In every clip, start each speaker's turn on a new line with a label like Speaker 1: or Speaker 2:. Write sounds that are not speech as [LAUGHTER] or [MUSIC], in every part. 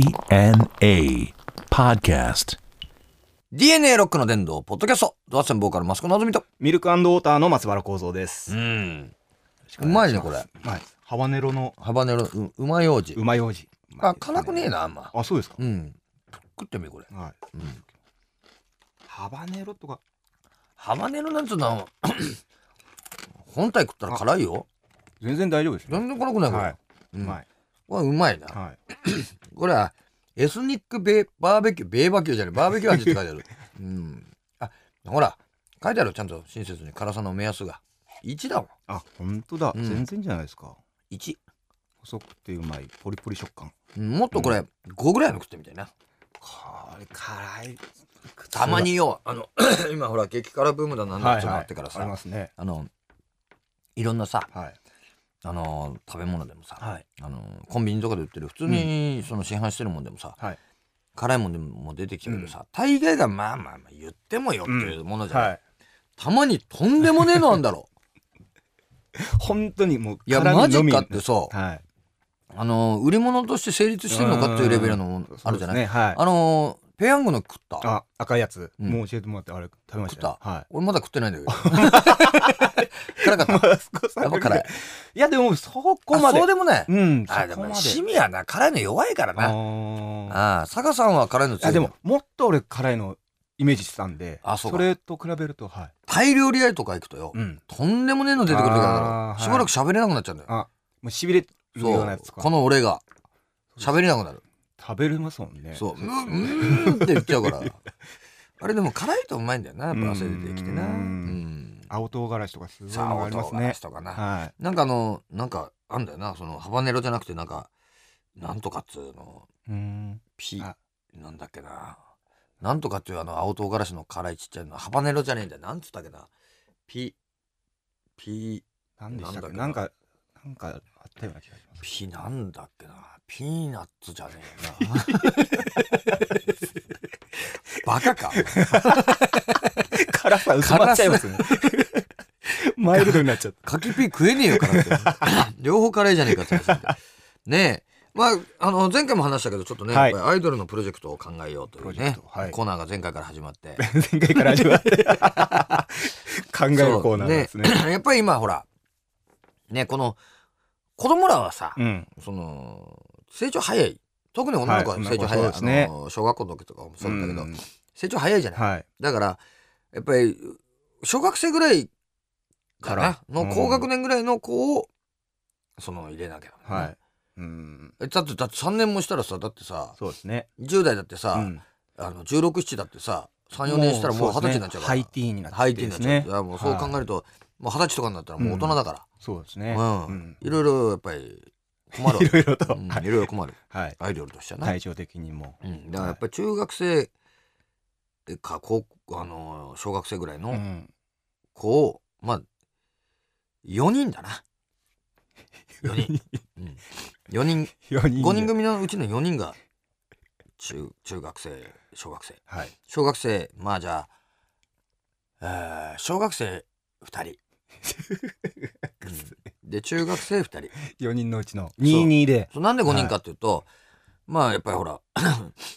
Speaker 1: DNA Podcast.
Speaker 2: DNA ロックの伝道、ポッドキャスト、ドアセンボーカル、マスコのぞみと。
Speaker 3: ミルクウォーターの松原幸三です。
Speaker 2: ん。うまいね、これ。
Speaker 3: はい。ハバネロの
Speaker 2: ハバネロ、ううまようじ。
Speaker 3: うまようじ。
Speaker 2: あ、辛くねえな、あんま。
Speaker 3: あ、そうですか。
Speaker 2: うん。食ってみ、これ。
Speaker 3: はい。
Speaker 2: うん
Speaker 3: ハバネロとか。
Speaker 2: ハバネロなんつうの、 [COUGHS] 本体食ったら辛いよ。
Speaker 3: 全然大丈夫ですね。
Speaker 2: 全然辛くない、これ。
Speaker 3: はい。う
Speaker 2: うん
Speaker 3: まい。
Speaker 2: これうまいな。
Speaker 3: はい。
Speaker 2: これは、エスニックベーバーベキュー、ベーバキューじゃない、バーベキュー味って書いてある。うん。あ、ほら、書いてある、ちゃんと親切に辛さの目安が。1だもん。
Speaker 3: あ、本当だ。
Speaker 2: うん
Speaker 3: 全然じゃないですか。
Speaker 2: 1。
Speaker 3: 細くてうまい。ポリポリ食感。
Speaker 2: うんもっとこれ、5ぐらいの食ってみたいな。
Speaker 3: これ辛い。
Speaker 2: たまによ、あの、 [COUGHS] 今ほら、激辛ブームだなんだってのあってから
Speaker 3: ありま
Speaker 2: さ、
Speaker 3: すね。
Speaker 2: あの、いろんなさ、
Speaker 3: はい。
Speaker 2: あの、食べ物でもさ、
Speaker 3: はい。
Speaker 2: あの、コンビニとかで売ってる、普通にその市販してるもんでもさ
Speaker 3: はい、
Speaker 2: 辛いもんでも出てきたけどさ、大概がまあまあまあ言ってもよっていうものじゃない。
Speaker 3: い。
Speaker 2: たまにとんでもねえのあん
Speaker 3: [LAUGHS]
Speaker 2: だろ。
Speaker 3: 本当にもう
Speaker 2: いや、
Speaker 3: 辛
Speaker 2: マ
Speaker 3: み
Speaker 2: ジ
Speaker 3: のみ。
Speaker 2: かってさ、
Speaker 3: はい。
Speaker 2: あの、売り物として成立してるのかっていうレベルのものあるじゃない
Speaker 3: そうですね。はい。
Speaker 2: あの、ペヤングの食った。
Speaker 3: あ、赤いやつ。
Speaker 2: うん
Speaker 3: もう教えてもらって、あれ食べましたよ。
Speaker 2: 食った
Speaker 3: はい。
Speaker 2: 俺まだ食ってないんだけど。 [LAUGHS] 辛
Speaker 3: [LAUGHS]
Speaker 2: かった。
Speaker 3: マスコさん
Speaker 2: やっぱ辛い。
Speaker 3: いやでもそこま
Speaker 2: あ
Speaker 3: で
Speaker 2: そうでもない。
Speaker 3: うんそ
Speaker 2: あで
Speaker 3: こまで
Speaker 2: もシミはな辛いの弱いから
Speaker 3: あ
Speaker 2: な
Speaker 3: ー
Speaker 2: ああ佐賀さんは辛いの
Speaker 3: いや
Speaker 2: 強いで
Speaker 3: でも
Speaker 2: も
Speaker 3: もっと俺辛いのイメージしてたんで
Speaker 2: あそうか
Speaker 3: れと比べるとはい
Speaker 2: タイ料理屋とか行くとよ、
Speaker 3: うん
Speaker 2: とんでもねえの出てくる時
Speaker 3: あ
Speaker 2: あ
Speaker 3: ー
Speaker 2: るしばらく喋れなくなっちゃうんだよ
Speaker 3: あもうしびれるようなや
Speaker 2: そう
Speaker 3: つとか
Speaker 2: この俺が
Speaker 3: そう
Speaker 2: 喋れなくなる
Speaker 3: 食べれますもんね
Speaker 2: そううーんって言っちゃうから
Speaker 3: [LAUGHS]
Speaker 2: あれでも辛いとうまいんだよなやっぱ汗出てきてなう
Speaker 3: うん
Speaker 2: ん
Speaker 3: 青唐辛子とかすごい
Speaker 2: さ
Speaker 3: の
Speaker 2: あ
Speaker 3: があ
Speaker 2: お
Speaker 3: りま
Speaker 2: 唐
Speaker 3: すね
Speaker 2: 辛子とかな
Speaker 3: はい
Speaker 2: なんかあのなんかあんだよなそのハバネロじゃなくてなんかなんとかっつうの
Speaker 3: うん
Speaker 2: ピ
Speaker 3: あ
Speaker 2: なんだっけななんとかっていうあの青唐辛子の辛いちっちゃいのハバネロじゃねえんだよなんつったっけなピピ
Speaker 3: 何でしたっけ
Speaker 2: な
Speaker 3: なんん
Speaker 2: だ
Speaker 3: かなんかあったような気がします
Speaker 2: ピなんだっけなピーナッツじゃねえよな
Speaker 3: [LAUGHS]
Speaker 2: バカか
Speaker 3: [LAUGHS] 辛さ薄まっちゃいますねマイルドになっちゃった
Speaker 2: カキピー食えねえよから
Speaker 3: [LAUGHS]
Speaker 2: って両方辛いじゃねえかって話なんだよねえまあ、あの前回も話したけどちょっとね、
Speaker 3: はい
Speaker 2: やっぱりアイドルのプロジェクトを考えようという
Speaker 3: プロジェ
Speaker 2: ね
Speaker 3: クトはい
Speaker 2: コーナーが前回から始まって
Speaker 3: 前回から味わって [LAUGHS] 考えるコーナーなんですね
Speaker 2: そう [CLEARS THROAT] やっぱり今ほら、ね、この、子供らはさ、
Speaker 3: うん
Speaker 2: その、成長早い。特に女の子は
Speaker 3: はい
Speaker 2: 成長早い。
Speaker 3: 女の子そうですね
Speaker 2: あの小学校の時とかもそうだけど、
Speaker 3: ん
Speaker 2: 成長早いじゃない。
Speaker 3: はい
Speaker 2: だから、やっぱり、小学生ぐらいかな
Speaker 3: か、ら
Speaker 2: の
Speaker 3: うん
Speaker 2: 高学年ぐらいの子を、その、入れなきゃ、
Speaker 3: はい。うん。
Speaker 2: い。だって、だって3年もしたらさ、だってさ、
Speaker 3: そうですね。
Speaker 2: 10代だってさ、
Speaker 3: うん
Speaker 2: あの16、7だってさ、3、4年したらもう20歳になっちゃうから。
Speaker 3: ハイティーンになっちゃう。
Speaker 2: ハイティーンになっちゃう。だからもうそう考え
Speaker 3: る。
Speaker 2: ると、もう二十歳とかになったらもう大人だから。
Speaker 3: そうですね。
Speaker 2: う
Speaker 3: うんん、
Speaker 2: いろいろやっぱり困る
Speaker 3: [LAUGHS] いろいろ
Speaker 2: う
Speaker 3: と。
Speaker 2: んい
Speaker 3: はい
Speaker 2: ろいろ困る
Speaker 3: はい。
Speaker 2: アイドルとしてはな、
Speaker 3: 対照的にも。
Speaker 2: うん、だからやっぱり中学生か高あのー小学生ぐらいうの
Speaker 3: ん。
Speaker 2: 子を、まあ4人だな4人、
Speaker 3: [LAUGHS]
Speaker 2: うん、4人
Speaker 3: 4人。
Speaker 2: 5人。組のうちの4人が中中学生小学生
Speaker 3: はい。
Speaker 2: 小学生まあじゃあ、えー小学生2人、うんで中学生2人
Speaker 3: 4人のうちの22で
Speaker 2: そうなんで5人かっていうと、まあやっぱりほら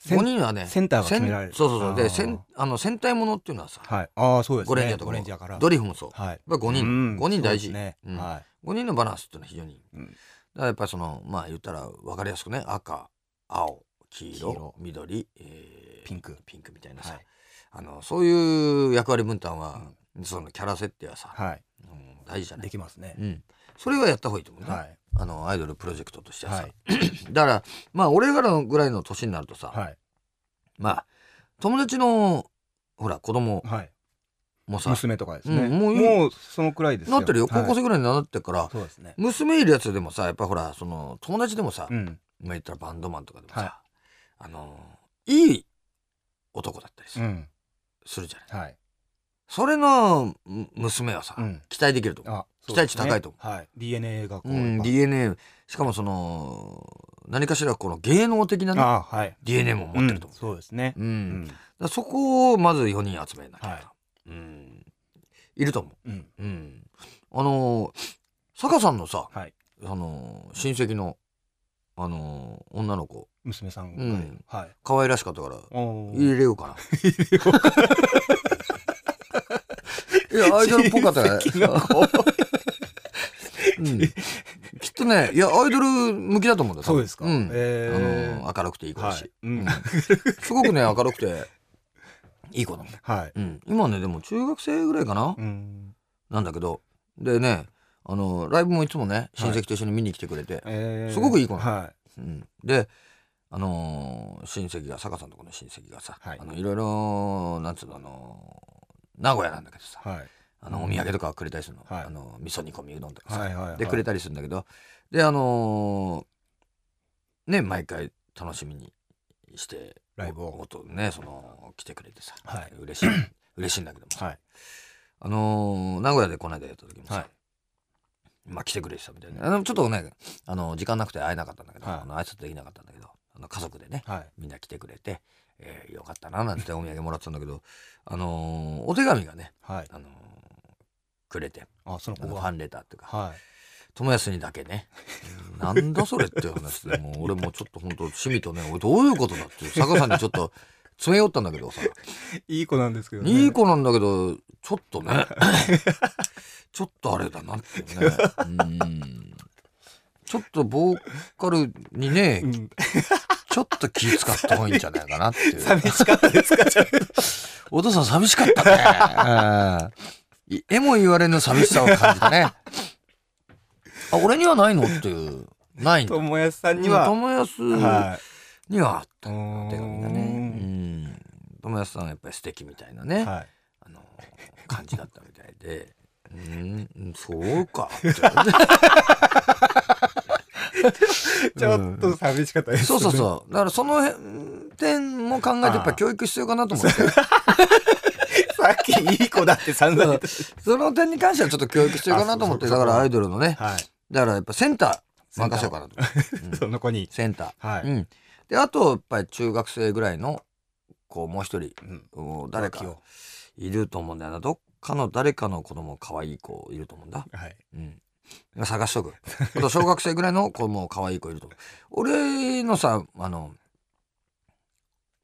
Speaker 3: セン
Speaker 2: 5人はね
Speaker 3: センターが決められる。
Speaker 2: せんそうそうそうで
Speaker 3: あー
Speaker 2: せんあの戦隊ものっていうのはさ、
Speaker 3: はい。ああ、そうですね。
Speaker 2: ゴレンジャーとか
Speaker 3: ゴ
Speaker 2: も
Speaker 3: レンジャーから。
Speaker 2: ドリフもそうや
Speaker 3: はい。
Speaker 2: っぱ5人、
Speaker 3: うん
Speaker 2: 5人大事、
Speaker 3: そうです
Speaker 2: うん
Speaker 3: ね。は
Speaker 2: 5人のバランスっていうのは非常に、
Speaker 3: うん
Speaker 2: だからやっぱりそのまあ言ったら分かりやすくね赤青黄色
Speaker 3: 黄色
Speaker 2: 緑、えー
Speaker 3: い。ピンク。
Speaker 2: ピンクみたいなさ、
Speaker 3: はい。
Speaker 2: あのそういう役割分担は、そのキャラ設定はさ、
Speaker 3: はい。
Speaker 2: うん大事じゃな
Speaker 3: で
Speaker 2: い、
Speaker 3: きますね
Speaker 2: う。ん、それはやった方がいいと思うね、
Speaker 3: はい。
Speaker 2: あのアイドルプロジェクトとしてはさ、
Speaker 3: はい。
Speaker 2: だからまあ俺らのぐらいの年になるとさ、
Speaker 3: はい。
Speaker 2: まあ友達のほら子供
Speaker 3: はい。
Speaker 2: もさ、
Speaker 3: 娘とかですね。
Speaker 2: うんもう
Speaker 3: もうそのくらいですよ。
Speaker 2: なってるよ高校
Speaker 3: 生。
Speaker 2: 生ぐらいになってから、
Speaker 3: そうですね。
Speaker 2: 娘いるやつでもさやっぱほらその友達でもさ、
Speaker 3: うん。
Speaker 2: まあ言ったらバンドマンとかでもさ、
Speaker 3: はい
Speaker 2: あのいい男だったりさ
Speaker 3: うん。
Speaker 2: するじゃない
Speaker 3: はい。
Speaker 2: それのむ娘はさ、
Speaker 3: うん
Speaker 2: 期待できると思う
Speaker 3: あ、
Speaker 2: 期待値高いと思
Speaker 3: う。はい。DNA がこう。
Speaker 2: う
Speaker 3: やっ
Speaker 2: ん、
Speaker 3: ぱ
Speaker 2: DNA しかもその何かしらこの芸能的なね
Speaker 3: あ、はい。
Speaker 2: DNA も持ってると思
Speaker 3: うんそうですね
Speaker 2: う、。うん
Speaker 3: う
Speaker 2: だか。らそこをまず4人集めなきゃ、
Speaker 3: はい
Speaker 2: うんいると思う
Speaker 3: うん。
Speaker 2: うん。あのー、坂さんのさ、
Speaker 3: はい。
Speaker 2: あのー親戚のあのー女の子
Speaker 3: 娘さんが、
Speaker 2: うん
Speaker 3: はい
Speaker 2: 可愛らしかったから
Speaker 3: お
Speaker 2: 入
Speaker 3: ー
Speaker 2: れようかないやアイドルっぽかったね
Speaker 3: 親戚の子
Speaker 2: うん、きっとねいやアイドル向きだと思うんだ多
Speaker 3: [LAUGHS] そう
Speaker 2: 分
Speaker 3: ですか、
Speaker 2: ん
Speaker 3: え
Speaker 2: あの明るくていい
Speaker 3: ー
Speaker 2: 子だ
Speaker 3: は
Speaker 2: し、
Speaker 3: い、うん
Speaker 2: うんすごくね明るくていい子だもん、
Speaker 3: はい、
Speaker 2: うん、今ねでも中学生ぐらいかな、
Speaker 3: うん
Speaker 2: なんだけどでねあのライブもいつもね親戚と一緒に見に来てくれて、
Speaker 3: えー
Speaker 2: すごくいい子な
Speaker 3: は
Speaker 2: うん、であのー親戚が坂さんとこの親戚がさ、
Speaker 3: はい
Speaker 2: あのいろいろなんつうの、あのー名古屋なんだけどさ
Speaker 3: いはい
Speaker 2: あのお土産とかくれたりするの、
Speaker 3: はい
Speaker 2: あの味噌煮込みうどんとかさ、
Speaker 3: はいはいはい
Speaker 2: でくれたりするんだけどであのーね毎回楽しみにして
Speaker 3: ライブを
Speaker 2: おとねその来てくれてさ、
Speaker 3: はい
Speaker 2: 嬉しい嬉しいんだけどもさ、
Speaker 3: はい
Speaker 2: あのー名古屋でこの間やった時もさ、
Speaker 3: はい
Speaker 2: まあ来てくれてたみたいなあのちょっとねあの時間なくて会えなかったんだけど、
Speaker 3: はい
Speaker 2: あの挨拶できなかったんだけどあの家族でね
Speaker 3: はい
Speaker 2: みんな来てくれて、えーよかったななんてお土産もらってたんだけど、あのーお手紙がね、
Speaker 3: はい
Speaker 2: あのーくれて
Speaker 3: あその
Speaker 2: あ
Speaker 3: 子
Speaker 2: のフ
Speaker 3: は
Speaker 2: ァンレターっていうか
Speaker 3: はい
Speaker 2: 友康にだけねなんだそれっていう話でもう俺もちょっと本当趣味とねおいどういうことだって坂さんにちょっと詰め寄ったんだけどさ
Speaker 3: いい子なんですけどね
Speaker 2: いい子なんだけどちょっと
Speaker 3: [LAUGHS]
Speaker 2: ねちょっとあれだなっていうねうんちょっとボーカルにね
Speaker 3: うん
Speaker 2: ちょっと気使った方がいいんじゃないかなっていう
Speaker 3: 寂しかったですかじゃ
Speaker 2: お父さん寂しかったねうんいえも言われぬ寂しさを感じたねあ俺にはないのっていうない
Speaker 3: あ
Speaker 2: んだ
Speaker 3: 友康さんに
Speaker 2: う
Speaker 3: は
Speaker 2: ん友康
Speaker 3: は
Speaker 2: にはあった
Speaker 3: い
Speaker 2: お手紙がねうん友康さんはやっぱり素敵みたいなね、
Speaker 3: はい
Speaker 2: あの感じだったみたいでうんそうか
Speaker 3: ちょっと寂しかったです、
Speaker 2: [LAUGHS]
Speaker 3: ね。
Speaker 2: そうそうそうだからその辺点も考えてやっぱ教育必要かなと思って
Speaker 3: さっきいい子だって散々言った。
Speaker 2: その点に関してはちょっと教育必要かなと思って
Speaker 3: あ
Speaker 2: だ
Speaker 3: そうそう
Speaker 2: からアイドルのね
Speaker 3: はい。
Speaker 2: だからやっぱセンター任せようかなと思って [LAUGHS] うん
Speaker 3: その子に。
Speaker 2: センタ
Speaker 3: は
Speaker 2: ー、
Speaker 3: い。
Speaker 2: うん、であとやっぱり中学生ぐらいのこうもう一人
Speaker 3: うん
Speaker 2: もう誰
Speaker 3: 浮気
Speaker 2: か
Speaker 3: を
Speaker 2: いると思うんだよなどっかの誰かの子供可愛い子いると思うんだ
Speaker 3: はい。
Speaker 2: うん探しとく [LAUGHS] あと小学生ぐらいの子も可愛い子いると思う俺のさあの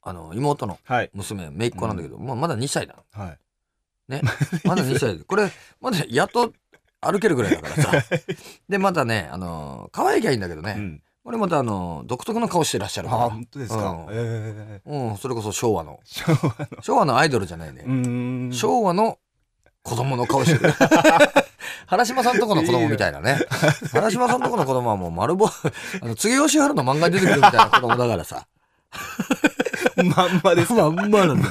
Speaker 2: あの妹の
Speaker 3: はい。
Speaker 2: 娘姪っ子なんだけど、もうまだ2歳だ
Speaker 3: はい。
Speaker 2: まだ2歳でこれまだやっと歩けるぐらいだからさ
Speaker 3: [LAUGHS]
Speaker 2: でまたねあの可愛いきゃいいんだけどね、
Speaker 3: うん。
Speaker 2: これまたあの独特の顔してらっしゃ
Speaker 3: あ
Speaker 2: るから
Speaker 3: 本当ですか。
Speaker 2: うん
Speaker 3: ええ。
Speaker 2: うん、それこそ昭和の
Speaker 3: 昭和の。
Speaker 2: 昭和のアイドルじゃないね、
Speaker 3: うーん。
Speaker 2: 昭和の子供の顔
Speaker 3: [LAUGHS]
Speaker 2: してる原島さんとこの子供みたいなね原島さんとこの子供はもう丸棒 [LAUGHS] あの杉吉春の漫画に出てくるみたいな子供だからさ
Speaker 3: まんまです
Speaker 2: ま
Speaker 3: か。
Speaker 2: んまなんだ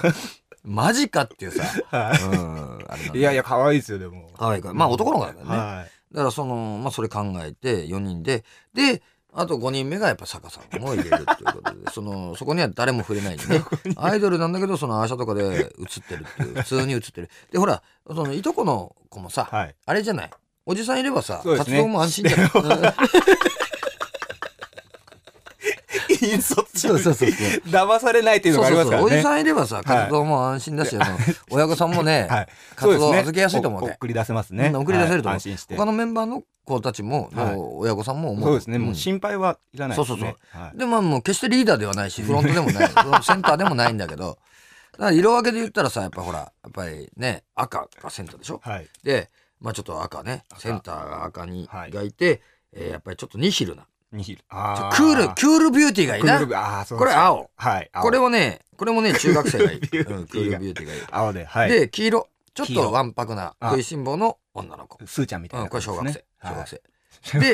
Speaker 2: マジかっていうさ、
Speaker 3: は
Speaker 2: うん、あれなんだ
Speaker 3: い。いやいや、可愛いですよ、でも。
Speaker 2: 可愛いからまあ男の子だからね、
Speaker 3: は
Speaker 2: だからそのまあそれ考えて4人でであと5人目がやっぱ坂さんも入れるということ
Speaker 3: [LAUGHS]
Speaker 2: でそのそこには誰も触れないでねアイドルなんだけどそのアーシャとかで映ってるっていう普通に映ってるでほらそのいとこの子もさ、
Speaker 3: い。はい。
Speaker 2: あれじゃないおじさんいればさ、
Speaker 3: そうです
Speaker 2: 活
Speaker 3: ね
Speaker 2: 動も安心じゃない [LAUGHS]
Speaker 3: 引率
Speaker 2: そうそうそうそう
Speaker 3: 騙されないっていうのがありますから
Speaker 2: おじ
Speaker 3: ね。
Speaker 2: さんいればさ活動も安心だし、あの親御さんもね、
Speaker 3: はい。
Speaker 2: 活動
Speaker 3: そうですね
Speaker 2: 預けやすいと思うね
Speaker 3: お送り出せますね。
Speaker 2: うん送り出せると思う
Speaker 3: はい安心して。
Speaker 2: 他のメンバーの子たちも、
Speaker 3: はい
Speaker 2: もう親御さんも思う
Speaker 3: そうですね。もうん心配はいらないですね。
Speaker 2: そうそう
Speaker 3: そう。はい。
Speaker 2: でまあもう決してリーダーではないしフロントで
Speaker 3: [LAUGHS]
Speaker 2: もないフロントセンターでもないんだけどだから色分けで言ったらさやっぱほらやっぱりね赤がセンターでしょ
Speaker 3: はい。
Speaker 2: でまあちょっと赤ね
Speaker 3: 赤
Speaker 2: センターが赤に、
Speaker 3: はい
Speaker 2: がいて、えーやっぱりちょっとニヒルな
Speaker 3: ニヒル。
Speaker 2: ちょ
Speaker 3: あ
Speaker 2: クールクールビューティーがいいな
Speaker 3: クールああ、そう
Speaker 2: これ
Speaker 3: です
Speaker 2: 青
Speaker 3: はい。青
Speaker 2: これはねこれも
Speaker 3: [LAUGHS]
Speaker 2: ね中学生がいい、
Speaker 3: クールビューティーが
Speaker 2: うんクールビューティーがいい、
Speaker 3: 青で、はい。
Speaker 2: で黄色ちょっ
Speaker 3: 黄
Speaker 2: と
Speaker 3: 色
Speaker 2: わんぱくな
Speaker 3: あ
Speaker 2: 食いしん坊の女の子
Speaker 3: スーちゃんみたい
Speaker 2: うん
Speaker 3: な
Speaker 2: こ
Speaker 3: 子
Speaker 2: れ
Speaker 3: ですね、
Speaker 2: 小学生小
Speaker 3: はい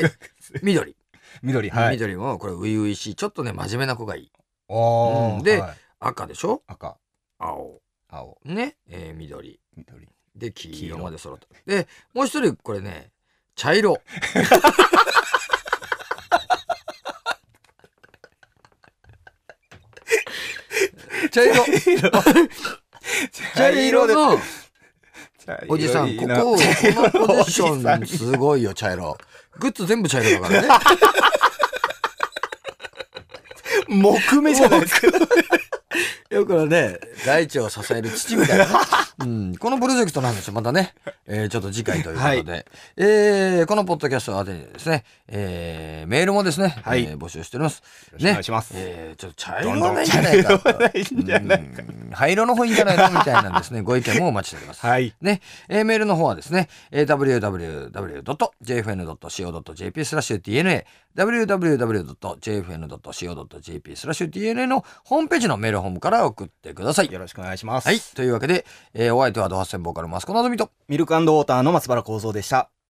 Speaker 2: 学生、で
Speaker 3: [LAUGHS]
Speaker 2: 緑、
Speaker 3: 緑、はい。
Speaker 2: 緑もこれ初々しいちょっとね真面目な子がいい
Speaker 3: おー
Speaker 2: うんで
Speaker 3: はい
Speaker 2: 赤でしょ
Speaker 3: 赤、
Speaker 2: 青
Speaker 3: 青、
Speaker 2: ね、えー緑
Speaker 3: 緑。
Speaker 2: で黄
Speaker 3: 黄
Speaker 2: 色
Speaker 3: 色
Speaker 2: まで揃ったでもう一人これね茶
Speaker 3: [LAUGHS]
Speaker 2: 色茶色茶色
Speaker 3: で
Speaker 2: のおじさんこ
Speaker 3: 茶色い
Speaker 2: こ
Speaker 3: な
Speaker 2: このポジシ
Speaker 3: おじさ
Speaker 2: ョン
Speaker 3: ん
Speaker 2: すごいよ茶色グッズ全部茶色だからね
Speaker 3: [LAUGHS] [LAUGHS] 木目じゃないですか。
Speaker 2: よくね大地を支える父みたいなね、うん、このプロジェクトなんですよまたねえーちょっと次回ということで、
Speaker 3: は
Speaker 2: えーこのポッドキャスト宛てにですね、えーメールもですね、
Speaker 3: はい
Speaker 2: えー募集しております。
Speaker 3: ろしくお願いします
Speaker 2: えーちょっと茶色がないんじゃないかと。
Speaker 3: ないんじゃないか。
Speaker 2: うん灰色の方いいんじゃないのみたいなですね、ご意見もお待ちしております。
Speaker 3: はい。
Speaker 2: ね、えーメールの方はですね、えー www.jfn.co.jp スラッシュ DNA、www.jfn.co.jp スラッシュ DNA のホームページのメールホームから送ってください。
Speaker 3: よろしくお願いします。
Speaker 2: はい、というわけで、えーお相手はドハッセンボーカルマスコナドミと、
Speaker 3: ミルクウォーターの松原幸三でした。